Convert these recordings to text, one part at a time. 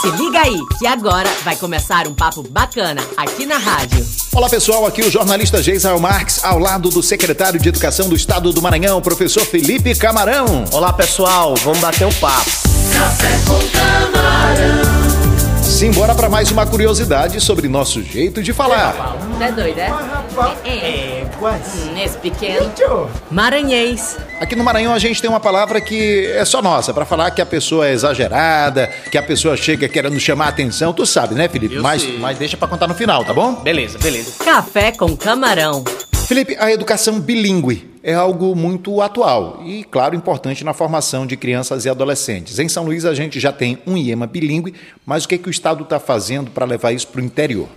Se liga aí, que agora vai começar um papo bacana aqui na rádio. Olá pessoal, aqui o jornalista Geisal Marques, ao lado do secretário de Educação do Estado do Maranhão, professor Felipe Camarão. Olá pessoal, vamos bater um papo. Café com camarão. Simbora para mais uma curiosidade sobre nosso jeito de falar. Não é doido, é? É, é. Nesse pequeno. Maranhês. Aqui no Maranhão a gente tem uma palavra que é só nossa, para falar que a pessoa é exagerada, que a pessoa chega querendo chamar a atenção, tu sabe, né, Felipe? Eu mas, sei. mas deixa para contar no final, tá bom? Beleza, beleza. Café com camarão. Felipe, a educação bilíngue é algo muito atual e, claro, importante na formação de crianças e adolescentes. Em São Luís a gente já tem um IEMA bilíngue, mas o que, que o Estado está fazendo para levar isso para o interior?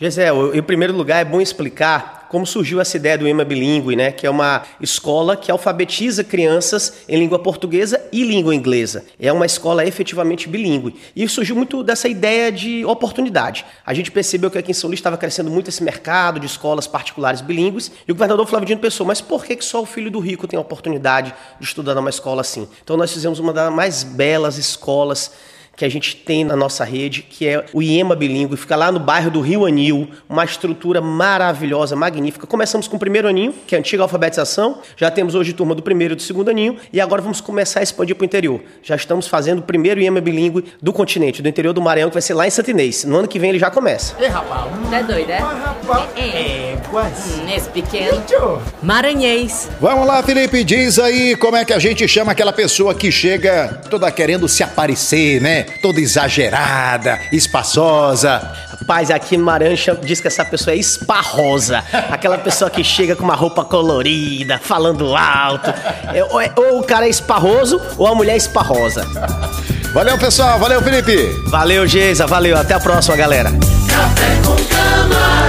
Gisel, em primeiro lugar é bom explicar como surgiu essa ideia do EMA Bilingue, né? Que é uma escola que alfabetiza crianças em língua portuguesa e língua inglesa. É uma escola efetivamente bilíngue. E surgiu muito dessa ideia de oportunidade. A gente percebeu que aqui em São Luís estava crescendo muito esse mercado de escolas particulares bilíngues. E o governador Flávio Dino pensou, mas por que que só o filho do rico tem a oportunidade de estudar numa escola assim? Então nós fizemos uma das mais belas escolas que a gente tem na nossa rede, que é o IEMA Bilingue, fica lá no bairro do Rio Anil, uma estrutura maravilhosa, magnífica. Começamos com o primeiro aninho, que é a antiga alfabetização, já temos hoje turma do primeiro e do segundo aninho, e agora vamos começar a expandir para o interior. Já estamos fazendo o primeiro IEMA Bilingue do continente, do interior do Maranhão, que vai ser lá em Santinês. No ano que vem ele já começa. Não é doido, é? É, Nesse pequeno. Maranhês. Vamos lá, Felipe, diz aí como é que a gente chama aquela pessoa que chega toda querendo se aparecer, né? Toda exagerada, espaçosa. Rapaz, aqui no Marancha diz que essa pessoa é esparrosa. Aquela pessoa que chega com uma roupa colorida, falando alto. É, ou, é- ou o cara é esparroso ou a mulher é esparrosa. Valeu, pessoal, valeu, Felipe. Valeu, Geisa. Valeu. Até a próxima, galera. Café com camarão.